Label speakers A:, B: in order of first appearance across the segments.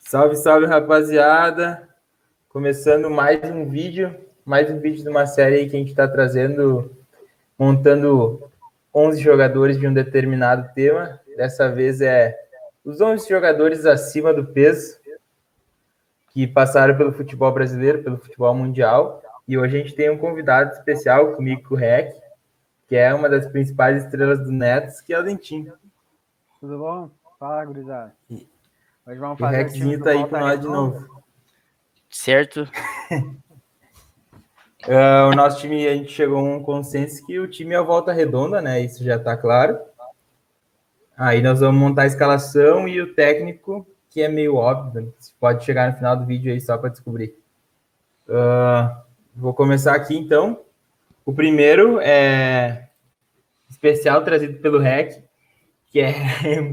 A: Salve, salve, rapaziada! Começando mais um vídeo, mais um vídeo de uma série aí que a gente está trazendo, montando 11 jogadores de um determinado tema. Dessa vez é os 11 jogadores acima do peso que passaram pelo futebol brasileiro, pelo futebol mundial. E hoje a gente tem um convidado especial comigo, é o Rec, que é uma das principais estrelas do Nets, que é o Dentinho.
B: Tudo bom? Fala, gurizada. Hoje vamos
A: O
B: fazer o time
A: Rexinho
B: do
A: tá aí
B: Volta
A: com nós de
B: Redonda.
A: novo.
C: Certo?
A: Ah, o nosso time, a gente chegou a um consenso que o time é a volta redonda, né? Isso já tá claro. Aí nós vamos montar a escalação e o técnico, que é meio óbvio. Você pode chegar no final do vídeo aí só para descobrir. Ah, vou começar aqui então. O primeiro é especial trazido pelo REC, que é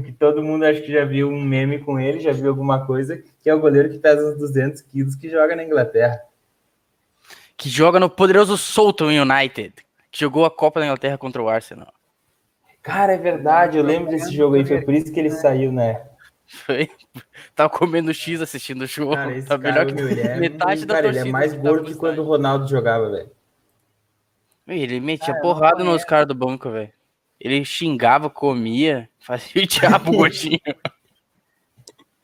A: que todo mundo acho que já viu um meme com ele, já viu alguma coisa, que é o goleiro que pesa uns 200 quilos que joga na Inglaterra.
C: Que joga no poderoso Southam United, que jogou a Copa da Inglaterra contra o Arsenal.
A: Cara, é verdade, eu lembro desse jogo aí, foi por isso que ele saiu, né?
C: Foi. Tava comendo X assistindo o jogo.
A: Cara, esse
C: tá
A: cara,
C: melhor que
A: meu, ele é,
C: metade da
A: cara,
C: torcida.
A: ele é mais
C: que tava
A: gordo
C: no
A: que
C: estádio.
A: quando o Ronaldo jogava, velho.
C: Meu, Ele metia
B: Cara, eu
C: porrada
B: não
C: nos
A: é.
C: caras do banco, velho. Ele xingava, comia, fazia o diabo gordinho.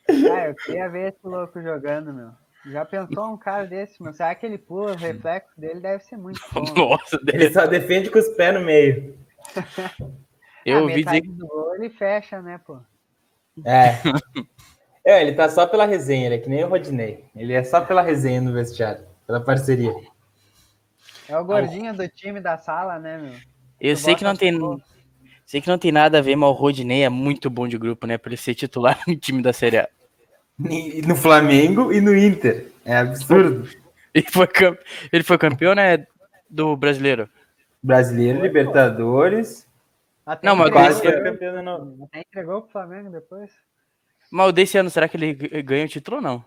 B: Ah, eu queria ver esse louco jogando, meu. Já pensou um cara desse, meu? Será que ele pula? O reflexo dele deve ser muito bom. né?
C: Nossa,
A: Ele só defende com os pés no meio. Ah,
C: eu
B: A
C: ouvi dizer
B: Ah, metade do gol ele fecha, né, pô?
A: É. É, ele tá só pela resenha, ele é que nem o Rodinei. Ele é só pela resenha no vestiário, pela parceria. Ah,
B: É o gordinho do time da sala, né, meu?
C: Eu
B: Tu
C: sei que
B: bota
C: não tem.
B: futebol.
C: Sei que não tem nada a ver, mas o Rodinei é muito bom de grupo, né? Pra ele ser titular no time da Série A.
A: E no Flamengo e no Inter. É absurdo.
C: Ele foi, cam- ele foi campeão, né? Do brasileiro.
A: Brasileiro, Libertadores.
B: Até
C: Não, mas é-
B: entregou- né?
A: Quase
C: desse
A: foi
C: ano-
A: campeão da no-
B: Até entregou pro Flamengo depois.
C: Mas o desse ano, será que ele g- ganha o título ou não?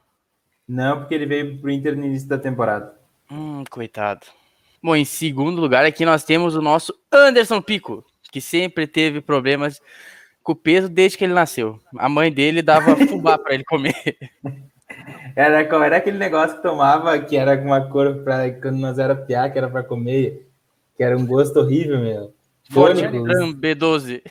A: Não, porque ele veio pro Inter no início da temporada.
C: Hum, coitado. Bom, em segundo lugar aqui nós temos o nosso Anderson Pico, que sempre teve problemas com o peso desde que ele nasceu. A mãe dele dava fubá pra ele comer.
A: Era, qual era aquele negócio que tomava, que era alguma cor pra, quando nós era piá, que era pra comer, que era um gosto horrível, meu.
C: Fonte
A: Tônico,
C: B12.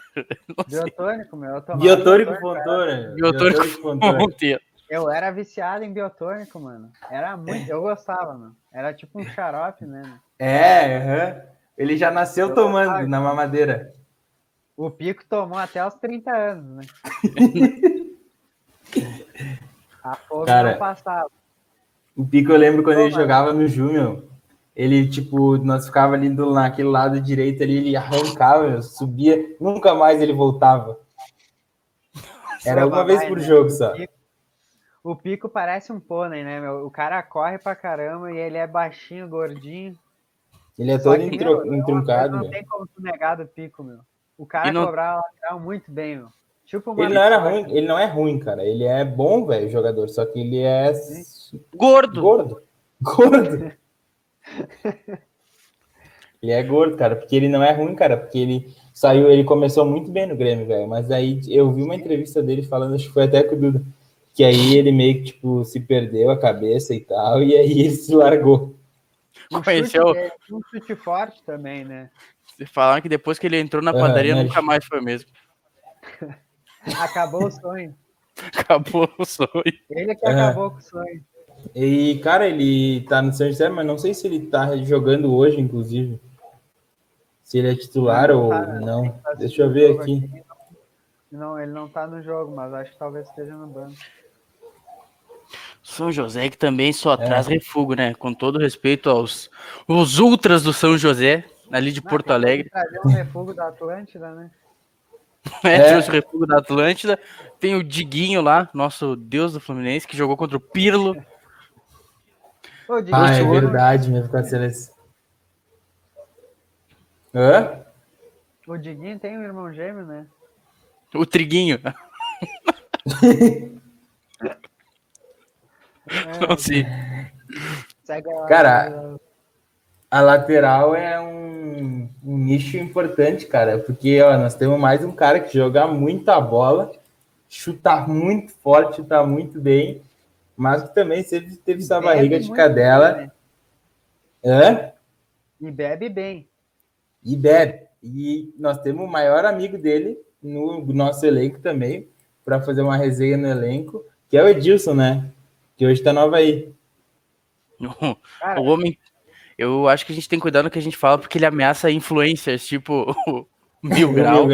B: Biotônico, meu. Eu tomava
A: biotônico
B: biotônico.
A: Fontoura. meu.
C: Biotônico
A: Fontoura.
B: Eu era viciado em biotônico, mano. Era muito. Eu gostava, mano. Era tipo um xarope, né? meu?
A: É, aham. ele já nasceu tomando na mamadeira.
B: O Pico tomou até os 30 anos, né? A fome
A: Cara,
B: não passava.
A: O Pico eu lembro quando
B: Pô,
A: ele
B: mano.
A: jogava no Júnior. Ele, tipo, nós ficava ali do, naquele lado direito ali, ele arrancava, meu, subia, nunca mais ele voltava. Era
B: Só
A: uma vez
B: babá,
A: por
B: né?
A: jogo só.
B: O Pico parece um pônei, né, meu? O cara corre pra caramba e ele é baixinho, gordinho.
A: Ele é
B: Só
A: todo
B: que, meu, é
A: entro-
B: uma
A: entroncado,
B: coisa Não
A: meu.
B: tem como tu negar do Pico, meu. O cara
C: E não-
B: cobrava a lateral muito bem, meu. Tipo uma
A: Ele não era
B: vitória.
A: ruim, ele não é ruim, cara. Ele é bom, velho, jogador, só que ele é
C: Gordo.
A: gordo. Gordo. ele é gordo, cara, porque ele não é ruim, cara, porque ele saiu, ele começou muito bem no Grêmio, velho, mas aí eu vi uma entrevista dele falando, acho que foi até com o Duda, que aí ele meio que, tipo, se perdeu a cabeça e tal, e aí ele se largou.
B: O chute
C: Conheceu.
B: dele, Um chute forte também, né?
C: Falaram que depois que ele entrou na
A: Aham,
C: padaria,
A: né?
C: nunca mais foi mesmo.
B: Acabou o sonho.
C: Acabou o sonho.
B: Ele que
A: É.
B: acabou com o sonho.
A: E, cara, ele tá no São José, mas não sei se ele tá jogando hoje, inclusive. Se ele é titular ou não.
B: tá
A: Deixa eu ver aqui.
B: Não, ele não tá no jogo, mas acho que talvez esteja no banco.
C: São José que também só traz refúgio, né? Com todo respeito aos os ultras do São José, ali de Porto Alegre,
B: Trazer um refúgio da Atlântida, né?
C: né?
A: É.
C: Trouxe o refúgio da Atlântida. Tem o Diguinho lá, nosso deus do Fluminense, que jogou contra o Pirlo.
B: Ô, Diguinho,
A: Ah, é
B: tu-
A: verdade, mesmo com a seleção. Hã?
B: o Diguinho tem um irmão gêmeo, né?
C: O Triguinho. Não sei.
B: Segue a-
A: Cara, A lateral é um, um nicho importante, cara, porque ó, nós temos mais um cara que joga muita bola, chuta muito forte, chuta muito bem, mas que também sempre teve sua
B: Bebe
A: barriga de
B: muito
A: cadela.
B: bem, né?
A: Hã?
B: E bebe bem.
A: E bebe. E nós temos o maior amigo dele no nosso elenco também, para fazer uma resenha no elenco, que é o Edilson, né? Que hoje tá nova aí.
B: Cara,
C: O homem. Eu acho que a gente tem que cuidar no que a gente fala, porque ele ameaça influencers, tipo o Mil Grau.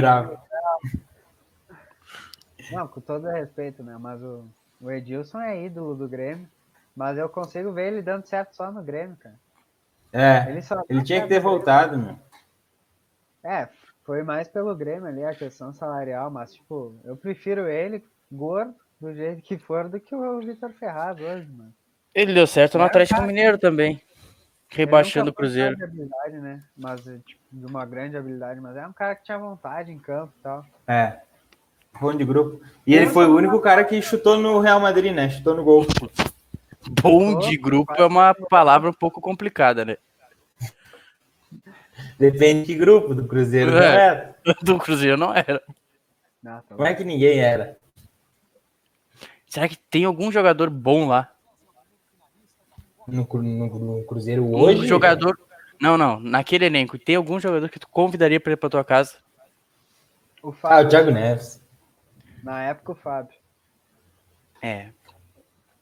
B: Não, com todo respeito, né? Mas o, o Edilson é ídolo do Grêmio. Mas eu consigo ver ele dando certo só no Grêmio, cara.
A: É,
B: Ele, só
A: ele
B: dá
A: tinha que
B: certo
A: ter
B: no Grêmio.
A: voltado, meu.
B: É, foi mais pelo Grêmio ali, a questão salarial, mas, tipo, eu prefiro ele, gordo, do jeito que for, do que o Vitor Ferraz hoje, mano.
C: Ele deu certo no
B: Era
C: Atlético
B: fácil.
C: Mineiro também.
B: Ele
C: Rebaixando o
B: nunca foi um cara
C: Cruzeiro.
B: de habilidade, né? Mas, eh, tipo, de uma grande habilidade, mas é um cara que tinha vontade em campo e tal.
A: É. Bom de grupo. E ele foi o único cara que chutou no Real Madrid, né? Chutou no gol.
C: Bom de grupo é uma palavra um pouco complicada, né?
A: Depende que grupo do Cruzeiro.
C: É.
A: Não era.
C: Do Cruzeiro não era.
B: Não, tá
A: Como é que ninguém era?
C: Será que tem algum jogador bom lá?
A: No, cru- no- no Cruzeiro
C: Um
A: hoje.
C: jogador. Não, não. Naquele elenco. Tem algum jogador que tu convidaria pra ir pra tua casa?
B: bom. O
A: Ah, o
B: Fábio,
A: Thiago Neves.
B: na época o Fábio.
C: É.
A: é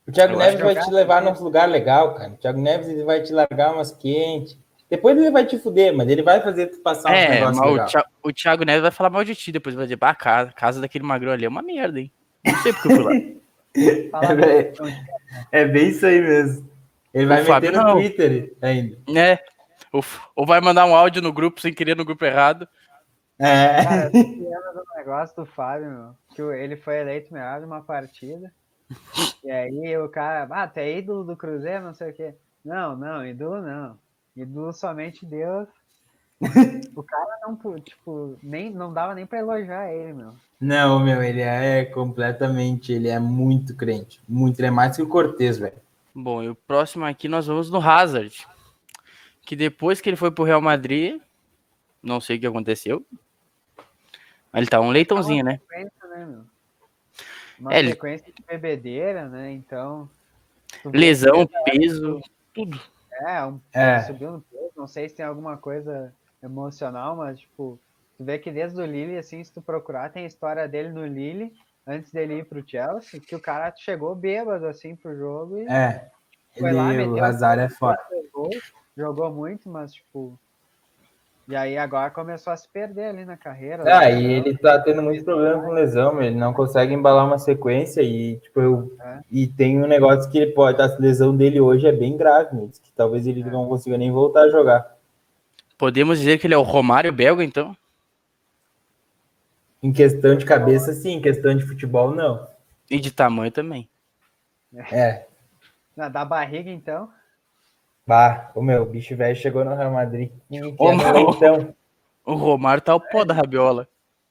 A: O Thiago
C: Eu
A: Neves
B: acho
A: vai
B: que-
A: te levar num lugar legal, cara. O Thiago Neves ele vai te largar umas quentes. Depois ele vai te fuder, mas ele vai fazer tu passar um
C: É, mas
A: negócio
C: o,
A: legal.
C: Thi- o Thiago Neves vai falar mal de ti depois. Vai dizer, bah, casa, casa daquele magrão ali é uma merda, hein? Não sei porque eu fui lá.
A: É,
B: Fala,
A: velho. É bem isso aí mesmo. Ele vai
C: O
A: meter
C: Fábio
A: no
C: não.
A: Twitter ainda.
C: né? Ou, ou vai mandar um áudio no grupo sem querer no grupo errado.
A: É.
B: Cara, eu tô lembrando do negócio do Fábio, meu, que o- ele foi eleito melhor de uma partida. E aí o cara, ah, tu é ídolo do Cruzeiro, não sei o quê. Não, não, ídolo não. Ídolo somente Deus. O cara não, pu- tipo, nem, não dava nem pra elogiar ele, meu.
A: Não, meu, ele é completamente, ele é muito crente, muito, ele é mais que o Cortez, velho.
C: Bom, e o próximo aqui nós vamos no Hazard. Que depois que ele foi pro Real Madrid, não sei o que aconteceu. Mas Ele tá um leitãozinho, né?
B: Sequência, né, meu? Uma
C: É, ele-
B: sequência de bebedeira, né? Então. tu vê-
C: Lesão, peso, tudo.
B: É, um
A: É,
B: subiu no peso, não sei se tem alguma coisa emocional, mas tipo, tu vê que desde o Lille, assim, se tu procurar, tem a história dele no Lille, antes dele ir pro Chelsea, que o cara chegou bêbado assim pro jogo e
A: é.
B: Foi lá,
A: Ele, o
B: meteu-
A: Hazard é foda.
B: jogou, jogou muito, mas tipo. E aí agora começou a se perder ali na carreira.
A: Ah,
B: né?
A: e ele tá tendo muito problema com lesão, meu, ele não consegue embalar uma sequência e, tipo, eu,
B: É.
A: e tem um negócio que ele pode, a lesão dele hoje é bem grave, meu, diz que talvez ele não consiga nem voltar a jogar.
C: Podemos dizer que ele é o Romário belga, então?
A: Em questão de cabeça, sim, em questão de futebol, não.
C: E de tamanho também.
A: É,
B: Na- Da barriga, então.
A: bah, o meu, o bicho velho chegou no Real Madrid. Quem que
C: Ô,
A: é,
C: meu.
A: então?
C: O Romário tá o pó da rabiola.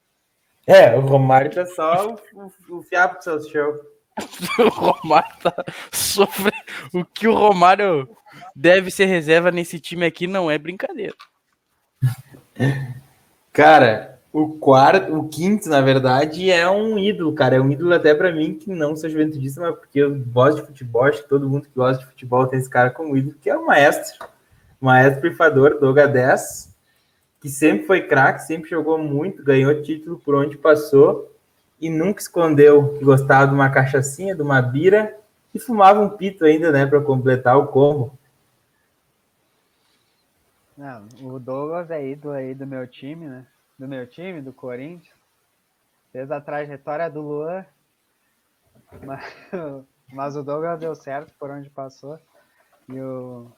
A: É, o Romário tá só o, o, o fiapo do seu show.
C: O Romário tá sofrendo. O que o Romário deve ser reserva nesse time aqui não é brincadeira.
A: Cara, o quarto, o quinto, na verdade, é um ídolo, cara. É um ídolo até pra mim que não sou juventudista, mas porque eu gosto de futebol, acho que todo mundo que gosta de futebol tem esse cara como ídolo, que é o maestro. Maestro pifador, Doga 10, que sempre foi craque, sempre jogou muito, ganhou título por onde passou e nunca escondeu que gostava de uma cachaçinha, de uma bira e fumava um pito ainda, né, Pra completar o combo.
B: Não, o Douglas é ídolo aí do meu time, né? Do meu time, do Corinthians. Fez a trajetória do Luan. Mas, mas o Douglas deu certo por onde passou. E o.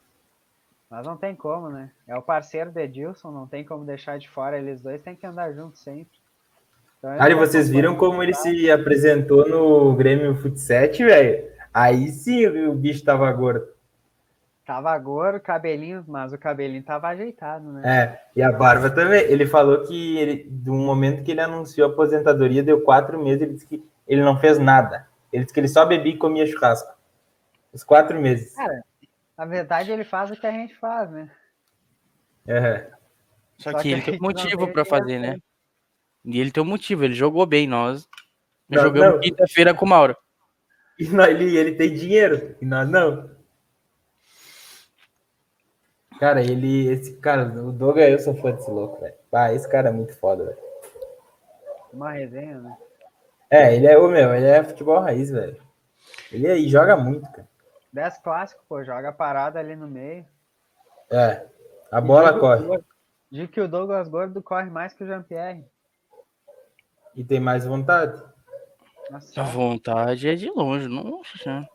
B: Mas não tem como, né? É o parceiro do Edilson, não tem como deixar de fora. Eles dois têm que andar juntos sempre. Então,
A: Cara, e vocês viram como ele se apresentou no Grêmio Futset, velho? Aí sim o bicho tava gordo.
B: Tava gordo, cabelinho, mas o cabelinho tava ajeitado, né?
A: É, e a barba também. Ele falou que ele, do momento que ele anunciou a aposentadoria, deu quatro meses, ele disse que ele não fez nada. Ele disse que ele só bebia e comia churrasco. Os quatro meses.
B: Na verdade, ele faz o que a gente faz, né?
A: É.
C: Só
B: Só
C: que
B: que
C: ele
B: a
C: tem um
B: gente não
C: motivo
B: vê assim.
C: pra
B: que
C: fazer, né? E ele tem um motivo, ele jogou bem, nós
A: Não,
C: jogamos
A: não.
C: quinta-feira com o Mauro.
A: E nós- ele, ele tem dinheiro, e nós não. Cara, ele. Esse cara, o Doga, eu sou fã desse louco, velho. Pá, esse cara é muito foda, velho.
B: Uma resenha, né?
A: É, ele é o meu, ele é futebol raiz, velho. Ele aí joga muito, cara.
B: 10 clássico, pô, joga parada ali no meio.
A: É. A bola corre.
B: Digo que o Douglas Gordo corre mais que o Jean-Pierre.
A: E tem mais vontade.
B: Nossa,
C: A vontade é de longe, nossa senhora.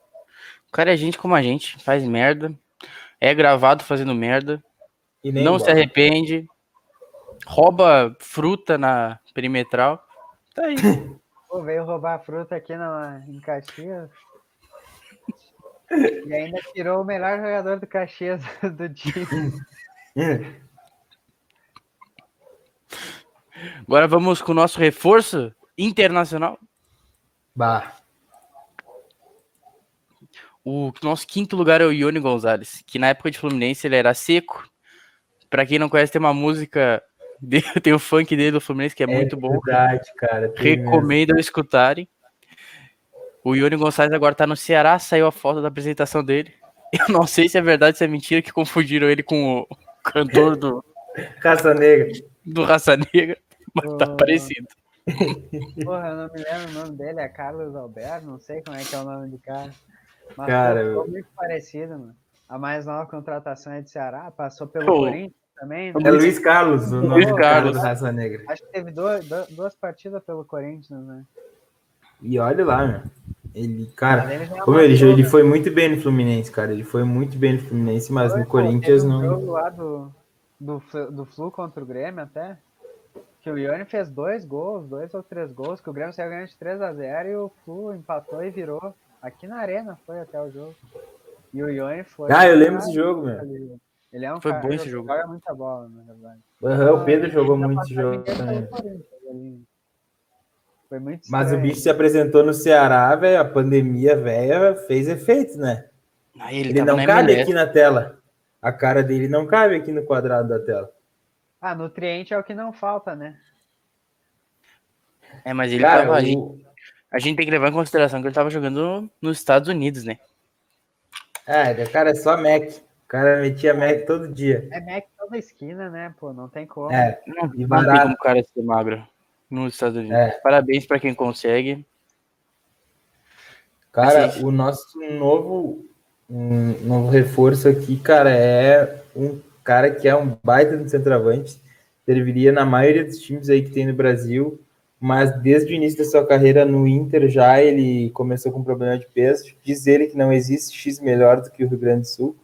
C: O cara é gente como a gente, faz merda. É gravado fazendo merda.
A: E nem
C: não
A: bola.
C: se arrepende. Rouba fruta na perimetral. Tá aí.
B: pô, veio roubar fruta aqui na, em Caxias. E ainda tirou o melhor jogador do Caxias do time.
C: Agora vamos com o nosso reforço internacional.
A: Bah.
C: O nosso quinto lugar é o Ione Gonzalez, que na época de Fluminense ele era seco. Pra quem não conhece, tem uma música, dele, tem o funk dele do Fluminense que é, muito bom.
A: Verdade, cara. tem né? mesmo.
C: Recomendo escutarem. O Ione Gonçalves agora tá no Ceará, saiu a foto da apresentação dele. Eu não sei se é verdade, se é mentira, que confundiram ele com o cantor do,
A: Caça
C: É
A: Negra. É
C: do Raça Negra, mas tá
A: Ah.
B: Oh.
C: parecido.
B: Porra, eu não me lembro o nome dele, é Carlos Alberto, não sei como é que é o nome do cara. Mas
A: Cara,
B: pô, ficou
A: eu-
B: muito parecido, mano. A mais nova contratação é de Ceará, passou pelo
C: Pô.
B: Corinthians também, né?
A: É Luiz Carlos, o nome
C: Luiz
A: do cara
C: Carlos.
A: do Raça Negra.
B: Acho que teve duas, du- duas partidas pelo Corinthians, né?
A: E olha lá, meu. Ele, cara,
B: Mas ele já
A: como ele,
B: matou,
A: ele
B: né?
A: foi muito bem no Fluminense, cara. Ele foi muito bem no Fluminense, mas
B: Foi,
A: no
B: pô,
A: Corinthians
B: teve um
A: não.
B: jogo lá do, do, Flu- do Flu contra o Grêmio até. Que o Ione fez dois gols, dois ou três gols, que o Grêmio saiu ganhando de 3x0 e o Flu empatou e virou. Aqui na arena foi até o jogo. E o Ione foi.
A: Ah, eu lembro desse jogo, meu.
B: Ele- Ele é um
C: Foi
B: cara
C: bom esse
B: que
C: jogo.
B: joga muita bola, na verdade.
A: Aham, o Pedro jogou
B: Ele
A: muito
B: tá
A: esse jogo
B: passando
A: também.
B: pelo Corinthians ali. Foi muito
A: Mas o
B: estranho.
A: bicho se apresentou no Ceará, velho. A pandemia, velho, fez efeito, né?
C: Aí
A: Ele, é um
C: tava
A: não
C: na
A: cabe
C: MLS.
A: aqui na tela. A cara dele não cabe aqui no quadrado da tela.
B: Ah, nutriente é o que não falta, né?
C: É, mas ele
A: cara,
C: tava. A gente,
A: o...
C: a gente tem que levar em consideração que ele tava jogando nos Estados Unidos, né?
A: É, cara, é só Mac. O cara metia Mac todo dia.
B: É Mac toda esquina, né? Pô, não tem como.
A: É,
C: Não, não tem
A: barato.
C: como o cara ser magro nos Estados Unidos.
A: É.
C: Parabéns pra quem consegue.
A: Cara,
C: Assim.
A: o nosso novo, um novo reforço aqui, cara, é um cara que é um baita de centroavante. Serviria na maioria dos times aí que tem no Brasil, mas desde o início da sua carreira no Inter já ele começou com problema de peso. Diz ele que não existe X melhor do que o Rio Grande do Sul.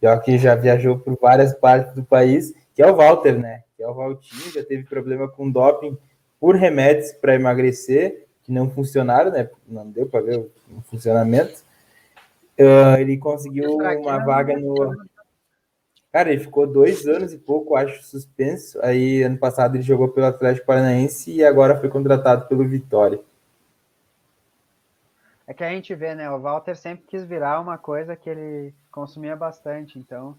A: Já que já viajou por várias partes do país, que é o Walter, né? Que é o Valtinho, já teve problema com doping por remédios para emagrecer que não funcionaram, né? Não deu para ver o o funcionamento. Ah, ele conseguiu
B: Será que
A: uma
B: não?
A: vaga no. Cara, ele ficou dois anos e pouco, acho, suspenso. Aí, ano passado, ele jogou pelo Atlético Paranaense e agora foi contratado pelo Vitória.
B: É que a gente vê, né? O Walter sempre quis virar uma coisa que ele consumia bastante, então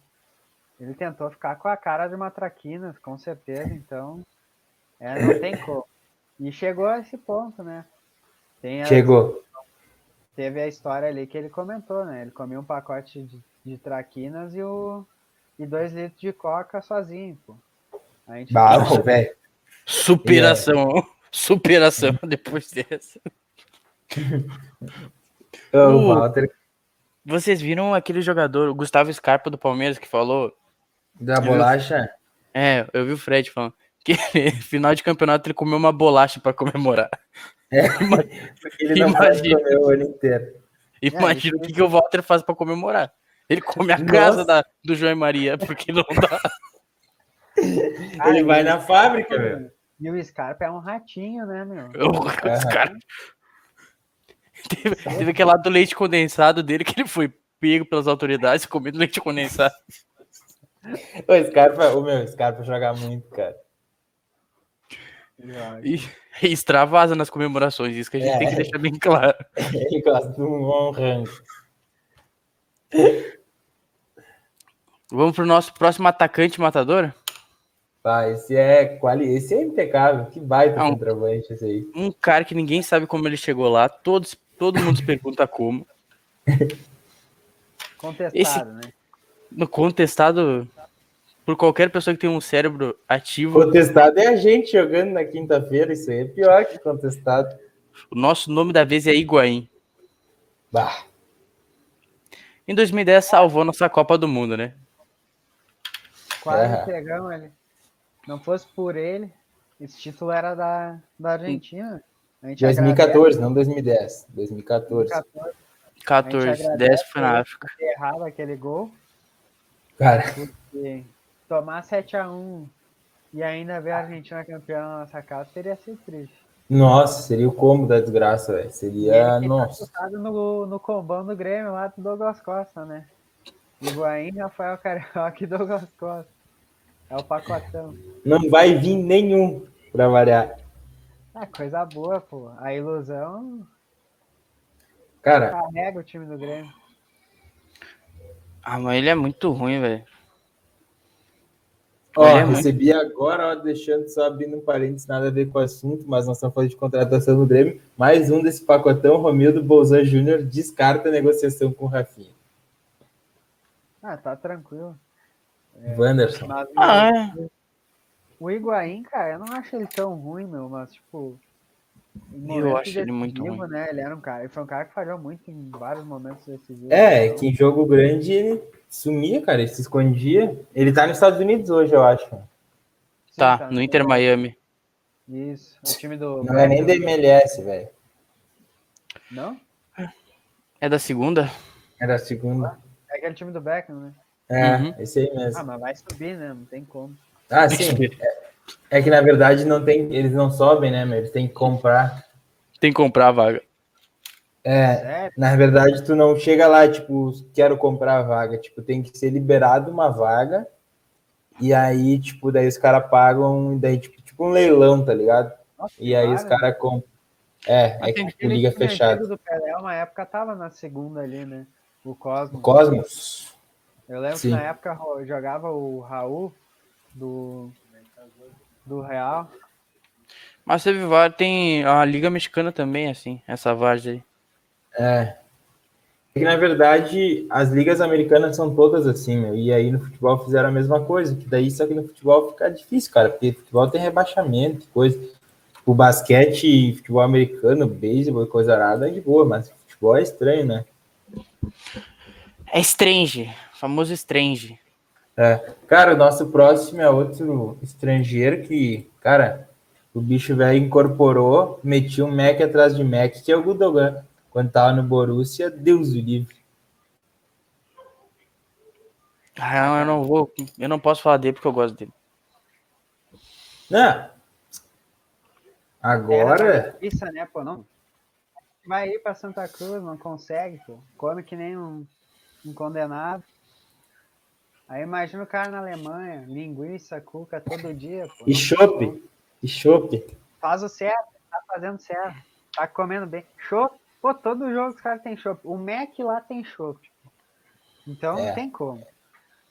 B: ele tentou ficar com a cara de uma traquina, com certeza, então é, não tem como. E chegou a esse ponto, né? Tem a-
A: Chegou.
B: Teve a história ali que ele comentou, né? Ele comia um pacote de, de traquinas e, o, e dois litros de coca sozinho, pô. A gente
A: Bah, ô, velho.
C: Superação.
A: é.
C: Superação depois dessa.
A: O
C: Uh.
A: Walter
C: Vocês viram aquele jogador, o Gustavo Scarpa do Palmeiras, que falou.
A: da bolacha.
C: É, eu vi o Fred falando. Que ele, final de campeonato ele comeu uma bolacha pra comemorar.
A: Ele não pode
C: Imagina.
A: comer o ano inteiro.
C: Imagina
B: isso
C: o que, que o Walter faz pra comemorar. Ele come a casa
A: é Nossa.
C: da- do João e Maria, porque não dá.
B: Ah,
A: ele
B: e-
A: vai na fábrica, velho.
B: E o Scarpa é um ratinho, né, meu?
C: Os caras. Teve, teve aquele lado do leite condensado dele que ele foi pego pelas autoridades comendo leite condensado.
A: O Scarpa, o meu, o Scarpa joga muito, cara.
C: E, e extravasa nas comemorações, isso que a gente
A: É.
C: tem que deixar bem claro.
A: Ele gosta de um bom rango.
C: Vamos pro nosso próximo atacante matador?
A: Tá, esse é, quali... esse é impecável. Que baita
C: Não.
A: contrabante esse aí.
C: um cara que ninguém sabe como ele chegou lá, todos Todo mundo se pergunta como.
B: Contestado,
C: Esse-
B: né?
C: No contestado por qualquer pessoa que tem um cérebro ativo,
A: Contestado é a gente jogando na quinta-feira, isso aí é pior que contestado.
C: o nosso nome da vez é Higuaín.
A: Bah,
C: Em 2010 salvou nossa Copa do Mundo, né?
B: Quase
A: É.
B: pegamos ele. Não fosse por ele, esse título era da, da Argentina. A gente
A: 2014, não 2010. 2014.
B: agradece-
C: 14, 10 foi na África.
B: ter errado aquele gol.
A: Cara,
B: E tomar 7x1 e ainda ver a Argentina campeã na nossa casa seria ser triste.
A: nossa, seria o combo da desgraça, velho.
B: E
A: Seria,
B: ele
A: nossa.
B: Tá no, no combão do Grêmio lá do Douglas Costa, né? Higuaín, Rafael Carioca e Douglas Costa. É o pacotão.
A: Não vai vir nenhum pra variar.
B: Ah, coisa boa, pô. A ilusão
A: Cara,
B: carrega o time do Grêmio.
C: Ah, mas ele é muito ruim, velho.
A: ó,
C: Ele é muito-
A: recebi agora, ó, deixando só abrindo um parênteses, nada a ver com o assunto, mas nós estamos falando de contratação do Grêmio. Mais um desse pacotão, Romildo Bolzan Júnior descarta a negociação com o Rafinha.
B: Ah, tá tranquilo.
A: É. Wanderson.
B: Mas
C: Ah, é.
B: o Higuaín, cara, eu não acho ele tão ruim, meu, mas tipo. em
C: Eu
B: momento
C: acho ele muito
B: decisivo, Né, ele era um cara, ele foi um cara que falhou muito em vários momentos decisivos.
A: É, é
B: então,
A: que em jogo grande ele sumia, cara, ele se escondia. Ele tá nos Estados Unidos hoje, eu acho.
B: sim,
C: Tá, no Inter é Miami.
B: Isso. O time do.
A: Não é nem da MLS, velho.
B: Não?
C: É da segunda?
A: Era a segunda.
B: É aquele time do Beckham, né?
A: É,
C: Uhum.
A: esse aí
B: Ah,
A: mesmo.
B: mas vai subir, né? Não tem como.
A: Ah, sim. É, é que na verdade não tem, eles não sobem, né, meu? Eles têm que comprar.
C: Tem que comprar a vaga.
A: É,
B: Sério?
A: na verdade tu não chega lá, tipo, quero comprar a vaga. Tipo, tem que ser liberado uma vaga. E aí, tipo, daí os caras pagam, e daí, tipo, tipo um leilão, tá ligado?
B: Nossa,
A: E aí os
B: cara,
A: caras compram. É,
C: Mas
A: é que
C: tem
A: tipo,
B: aquele
A: liga
B: time
A: fechada.
B: antigo do Pelé, uma época tava na segunda ali, né? O Cosmo.
A: Cosmos.
B: Eu lembro
A: Sim.
B: que na época ro- jogava o Raul do, do Real.
C: Mas teve VAR, tem a Liga Mexicana também, assim, essa várzea aí.
A: É. É que, na verdade, as ligas americanas são todas assim, meu. E aí no futebol fizeram a mesma coisa. Que daí, só que no futebol fica difícil, cara. Porque futebol tem rebaixamento, coisa. O basquete, e futebol americano, beisebol e coisa arada é de boa, mas futebol é estranho, né?
C: É Strange, famoso Strange.
A: Cara, o nosso próximo é outro estrangeiro que, cara, o bicho velho incorporou, metiu um Mac atrás de Mac, que é o Gudogan. Quando tava no Borussia, Deus o livre.
C: Ah, eu não vou, eu não posso falar dele porque eu gosto dele.
A: Não. Né? Agora.
B: Isso, né, pô? Não. Vai ir pra Santa Cruz, não consegue, pô. Come que nem um, um condenado. Aí imagina o cara na Alemanha, linguiça, cuca todo dia, pô.
A: E chope. E chope.
B: Faz o certo, tá fazendo certo. Tá comendo bem. Chopp, pô, todo jogo os caras tem chopp. O Mac lá tem chopp. Então
A: É.
B: não tem como.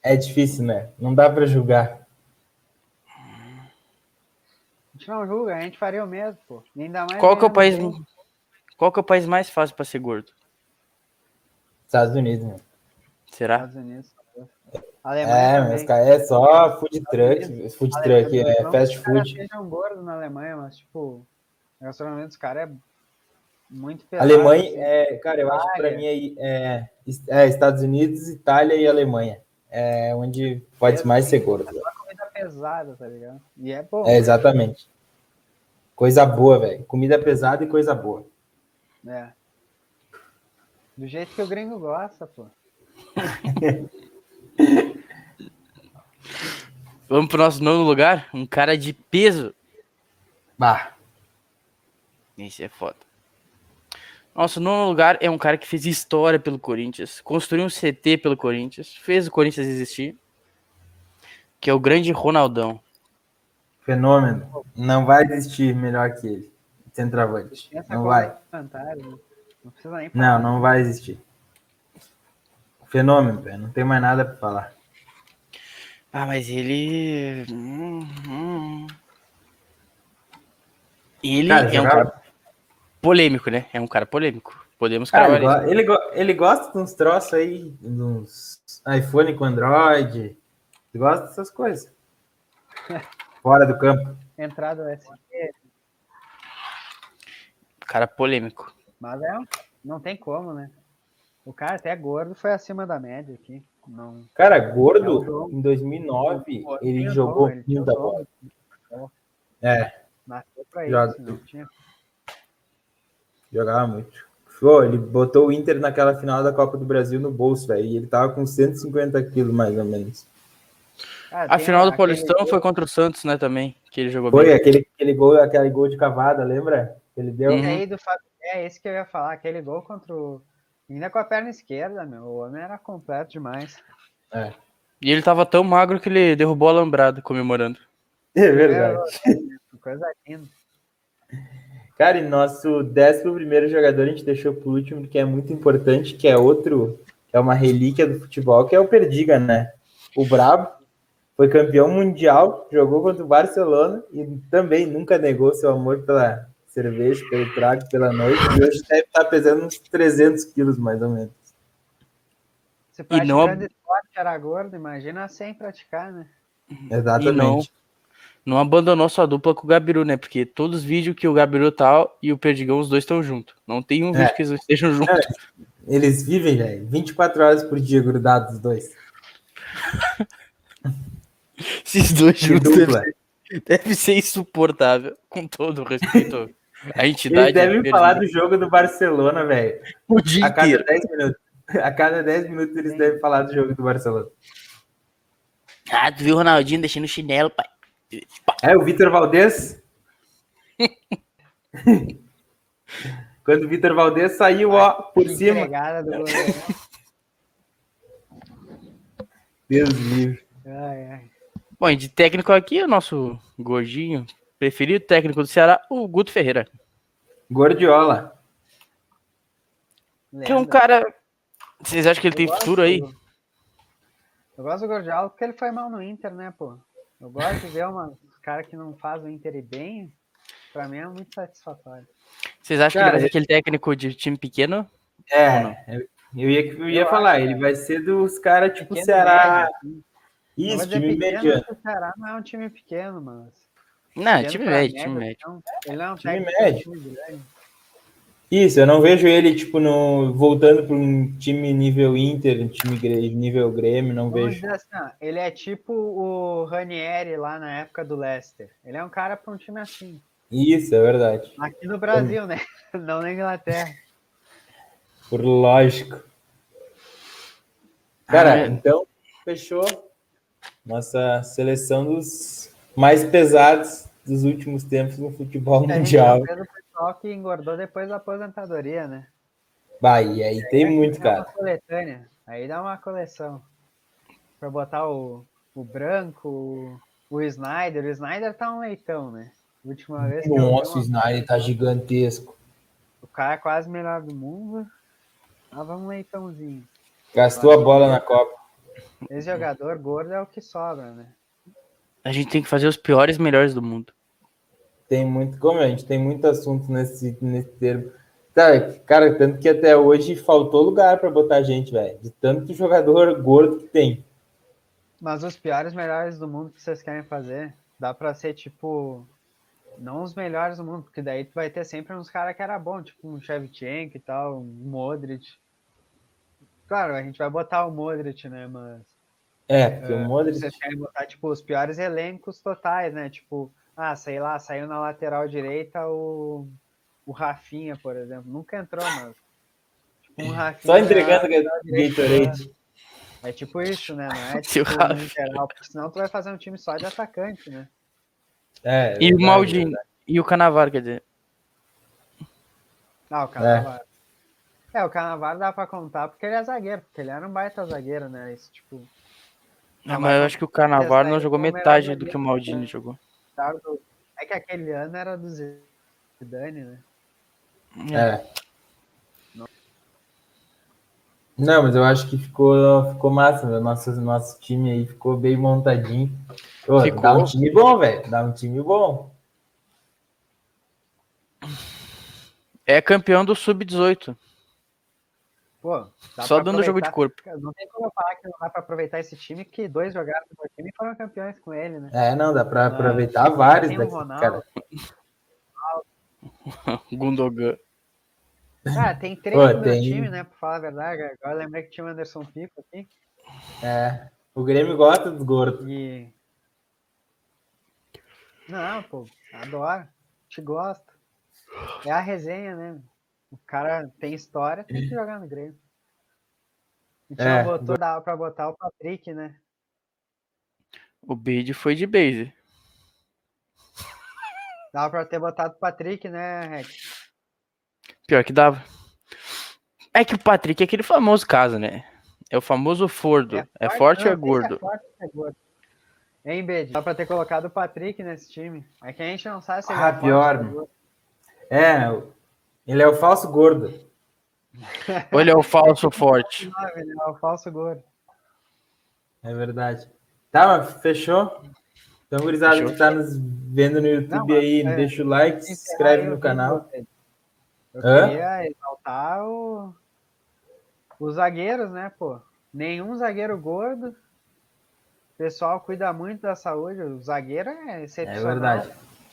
A: É difícil, né? Não dá pra julgar.
B: A gente não julga, a gente faria o mesmo, pô. Ainda mais
C: Qual que é o
B: ganhando
C: país,
B: bem.
C: qual que é o país mais fácil pra ser gordo?
A: Estados Unidos, né?
C: Será?
B: Estados Unidos. Alemanha
A: É,
B: também.
A: mas cara, é só food truck, food
B: Alemanha
A: truck,
B: também.
A: é
B: Não
A: fast
B: que os caras
A: food.
B: sejam gordos na Alemanha, mas, tipo, o relacionamento dos caras é muito pesado.
A: Alemanha,
B: assim.
A: é, cara, eu acho que pra
B: Itália.
A: mim aí é, é Estados Unidos, Itália e Alemanha. É onde pode mais ser gordo.
B: É uma comida pesada, tá ligado? E é bom.
A: É, exatamente. Coisa boa, velho. Comida pesada e coisa boa.
B: né? Do jeito que o gringo gosta, pô.
C: Vamos pro nosso nono lugar? Um cara de peso.
A: Bah,
C: Isso é foda. Nosso nono lugar é um cara que fez história pelo Corinthians, construiu um CT pelo Corinthians, fez o Corinthians existir, que é o grande Ronaldão.
A: fenômeno. Não vai existir melhor que ele. Centroavante.
B: Tem essa
A: Não
B: coisa
A: vai.
B: do Fantasma, né? Não precisa nem
A: Não, não vai existir. Fenômeno, velho. Não tem mais nada pra falar.
C: Ah, mas ele. Hum, hum. Ele
A: Cara,
C: é um
A: jogava-
C: cara polêmico, né? É um cara polêmico. Podemos
A: Cara,
C: cravar
A: ele,
C: isso.
A: go- ele, go- ele gosta de uns troços aí, de uns iPhone com Android. Ele gosta dessas coisas. Fora do campo.
B: Entrada USB.
C: Cara polêmico.
B: Mas é, um- não tem como, né? O cara até gordo foi acima da média aqui. Não,
A: Cara,
B: É o
A: gordo,
B: jogo.
A: em 2009,
B: Pô,
A: ele
B: tinha
A: jogou
B: gol, ele
A: muita
B: tinha gol.
A: bola. É,
B: Nasceu pra
A: Já-
B: isso, não tinha.
A: jogava muito. Pô, ele botou o Inter naquela final da Copa do Brasil no bolso, velho. E ele tava com 150 quilos, mais ou menos.
B: Ah,
C: A
B: tem
C: final do
B: aquele
C: Paulistão
B: gol-
C: foi contra o Santos, né, também, que ele jogou
A: Foi
C: bem.
A: aquele, aquele gol, aquele gol de cavada, lembra? Que Ele deu.
C: Uhum.
B: E aí do Fábio, é esse que eu ia falar, aquele gol contra o. Ainda com a perna esquerda, meu. O homem era completo demais.
C: E ele tava tão magro que ele derrubou a lambrada comemorando.
A: É verdade.
B: Que Coisa linda.
A: Cara, e nosso décimo primeiro jogador a gente deixou por último, porque é muito importante, que é outro, que é uma relíquia do futebol, que é o Perdiga, né? O Brabo foi campeão mundial, jogou contra o Barcelona e também nunca negou seu amor pela cerveja, pelo trago, pela noite. E hoje deve estar pesando uns 300 quilos, mais ou menos.
B: Se
C: E não-
B: praticando esporte era gordo, imagina sem praticar, né?
A: Exatamente.
C: não- Não abandonou sua dupla com o Gabiru, né? Porque todos os vídeos que o Gabiru tá e o Perdigão, os dois estão juntos. Não tem um vídeo que eles não estejam juntos.
A: Eles vivem, velho, 24 horas por dia grudados os dois.
C: Esses dois
A: Que
C: juntos
A: dupla.
C: deve, deve ser insuportável, com todo o respeito à entidade. né?
A: Eles devem
C: do
A: falar do
C: Perdigão.
A: jogo do Barcelona, velho.
C: o dia
A: A cada
C: inteiro.
A: 10 minutos. A cada 10 minutos eles devem falar do jogo do Barcelona.
C: Ah, tu viu o Ronaldinho deixando o chinelo, pai.
A: É, o Vitor Valdez. Quando o Vitor Valdez saiu, ó, por cima.
B: Entregada do goleiro.
A: Deus livre.
B: Ai, ai.
C: Bom, e de técnico aqui, o nosso gordinho preferido técnico do Ceará, o Guto Ferreira.
A: Gordiola.
C: Que é um
B: Lenda.
C: cara. Vocês acham que ele tem
B: Eu gosto
C: futuro aí?
B: do- Eu gosto do Gordiola porque ele foi mal no Inter, né, pô? Eu gosto de ver uma os cara que não faz o Inter ir bem. Pra mim é muito satisfatório.
C: Vocês acham
A: Cara,
C: que ele vai ser aquele técnico de time pequeno? Ou não?
A: É, eu ia, eu ia
B: Eu
A: falar,
B: acho,
A: ele vai ser dos caras tipo
B: Pequeno,
A: Ceará.
B: médio, assim. Eu vou
A: Isso,
B: dizer
A: time
B: pequeno,
A: mediano.
B: porque O Ceará não é um time pequeno, mano.
C: Não,
B: Pequeno
C: Ah, time
B: pra
C: médio,
B: médio,
C: time médio.
B: é então, Ele não é um
A: Time
B: técnico
A: médio. Um
B: de time grande.
A: Isso, eu não vejo ele, tipo, no, voltando para um time nível Inter, um time gre- nível Grêmio, não
B: Vamos
A: vejo.
B: dizer assim, ó, ele é tipo o Ranieri lá na época do Leicester. Ele é um cara pra um time assim.
A: Isso, é verdade.
B: Aqui no Brasil, né? Não na Inglaterra.
A: Por lógico. Cara,
C: Ah, é.
A: então fechou nossa seleção dos mais pesados dos últimos tempos no futebol
C: É,
B: A gente
A: mundial.
B: já fez o pessoal que engordou depois da aposentadoria, né?
A: Bahia, aí tem muito,
B: Dá
A: cara.
B: uma coletânea. Aí dá uma coleção. Pra botar o, o branco, o, o Snyder. O Snyder tá um leitão, né? Última
C: É,
B: vez que eu vi
A: Nossa, o
B: uma-
A: Snyder tá gigantesco.
B: o cara é quase melhor do mundo. Tava um leitãozinho.
A: Gastou a bola na Copa.
B: Esse jogador gordo é o que sobra, né?
C: A gente tem que fazer os piores e melhores do mundo.
A: Tem muito, como a gente tem muito assunto nesse, nesse termo. Tá, cara, tanto que até hoje faltou lugar pra botar gente, velho. De tanto jogador gordo que tem.
B: Mas os piores melhores do mundo que vocês querem fazer, dá pra ser tipo. Não os melhores do mundo, porque daí tu vai ter sempre uns caras que era bom, tipo um Shevchenko e tal, um Modric. Claro, a gente vai botar o Modric, né? Mas
A: É, porque o Modric
B: vocês querem botar, tipo, os piores elencos totais, né? Tipo, ah, sei lá, saiu na lateral direita o, o Rafinha, por exemplo. Nunca entrou, mas. Tipo, um Rafinha.
A: só entregando
B: lateral direita,
A: Gatorade.
B: é tipo isso, né? Não é
C: Se o
B: tipo
C: Rafa-
B: no geral, porque senão tu vai fazer um time só de atacante, né?
A: É,
C: E o
A: verdade,
C: Maldini.
A: verdade.
C: E o Canavaro, quer dizer.
B: Ah, o Canavaro. É, o Canavaro dá pra contar porque ele é zagueiro, porque ele era um baita zagueiro, né? Isso, tipo,
C: Ah,
B: Não,
C: mas
B: mas
C: eu acho que o Canavaro
B: esse
C: não
B: aí
C: jogou
B: foi o melhor
C: metade do
B: zagueiro
C: que o
B: do
C: Maldini
B: mundo.
C: jogou.
B: tava do- é que aquele ano era do Zidane, né?
A: É. Não, mas eu acho que ficou, ficou massa, meu. Nosso, nosso time aí ficou bem montadinho. Ô,
C: Ficou.
A: Dá um time bom, velho. Dá um time bom.
C: É campeão do Sub-18.
B: Pô, dá
C: Só
B: pra
C: dando jogo de
B: aproveitar.
C: corpo.
B: Não tem como eu falar que não dá pra aproveitar esse time, que dois jogaram no meu time e foram campeões com ele, né?
A: É, não, dá pra
B: Ah,
A: aproveitar vários
B: tem o
A: daqui,
B: Ronaldo.
A: cara.
C: Gundogan.
B: Ah, tem três
A: Pô,
B: no meu
A: tem-
B: time, né? Pra falar a verdade. Agora eu lembrei que tinha o Anderson Pico aqui.
A: É. O Grêmio gosta dos gordos.
B: E. Não, pô, adoro. Te gosto. É a resenha, né? O cara tem história, tem que jogar no Grêmio. A gente
A: É,
B: não botou, dava pra botar o Patrick, né?
C: O Bid foi de base.
B: Dava pra ter botado o Patrick, né, Rex?
C: Pior que dava. É que o Patrick é aquele famoso caso, né? É o famoso fordo. É forte ou é
B: não, não sei se
C: gordo?
B: É forte ou é gordo. Hein, Bede? Dá pra ter colocado o Patrick nesse time. É que a gente não sabe se ele
A: Ah,
B: é forte
A: pior.
B: ou é gordo.
A: É, ele é o falso gordo.
C: Ou ele é o falso forte?
B: Não, ele é o falso gordo.
A: É verdade. Tá, mas fechou? Então, gurizada
C: Fechou.
A: que tá nos vendo no YouTube
B: Não,
A: aí,
B: é,
A: deixa o like, se
B: encerrar,
A: inscreve
B: eu
A: no
B: queria-
A: canal.
B: Eu
A: Hã?
B: queria exaltar o- os zagueiros, né, pô? Nenhum zagueiro gordo. O pessoal cuida muito da saúde. O zagueiro é
A: É
B: excepcional.
A: verdade.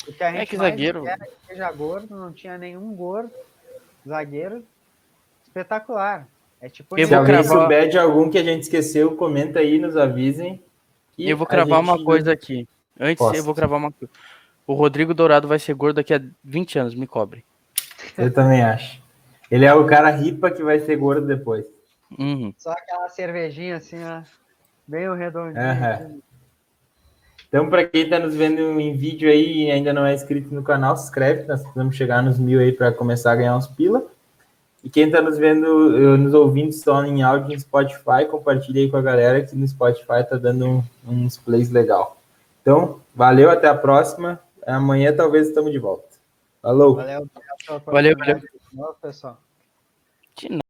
B: O que a
C: É
B: gente
C: que
B: mais
C: zagueiro-
B: quer é que seja gordo, não tinha nenhum gordo. Zagueiro espetacular. É tipo
C: Eu
A: Se
C: vou
A: alguém
C: cravar-
A: souber de algum que a gente esqueceu, comenta aí, nos avisem. E
C: eu vou
A: a
C: cravar
A: gente-
C: uma coisa aqui. Antes,
A: Posta.
C: eu vou cravar uma coisa. O Rodrigo Dourado vai ser gordo daqui a 20 anos, me cobre.
A: Eu também acho. Ele é o cara ripa que vai ser gordo depois.
C: Uhum.
B: só aquela cervejinha assim, ó. Bem o redondinho.
A: Aham.
B: assim.
A: Então, para quem está nos vendo em vídeo aí e ainda não é inscrito no canal, se inscreve, nós precisamos chegar nos mil aí para começar a ganhar uns pila. E quem está nos vendo, eh, nos ouvindo só em áudio no Spotify, compartilha aí com a galera que no Spotify tá dando um- uns plays legal. Então, valeu, até a próxima. Amanhã talvez estamos de volta. Falou!
B: Valeu, pela sua
C: Valeu,
B: oportunidade de novo, pessoal.
C: De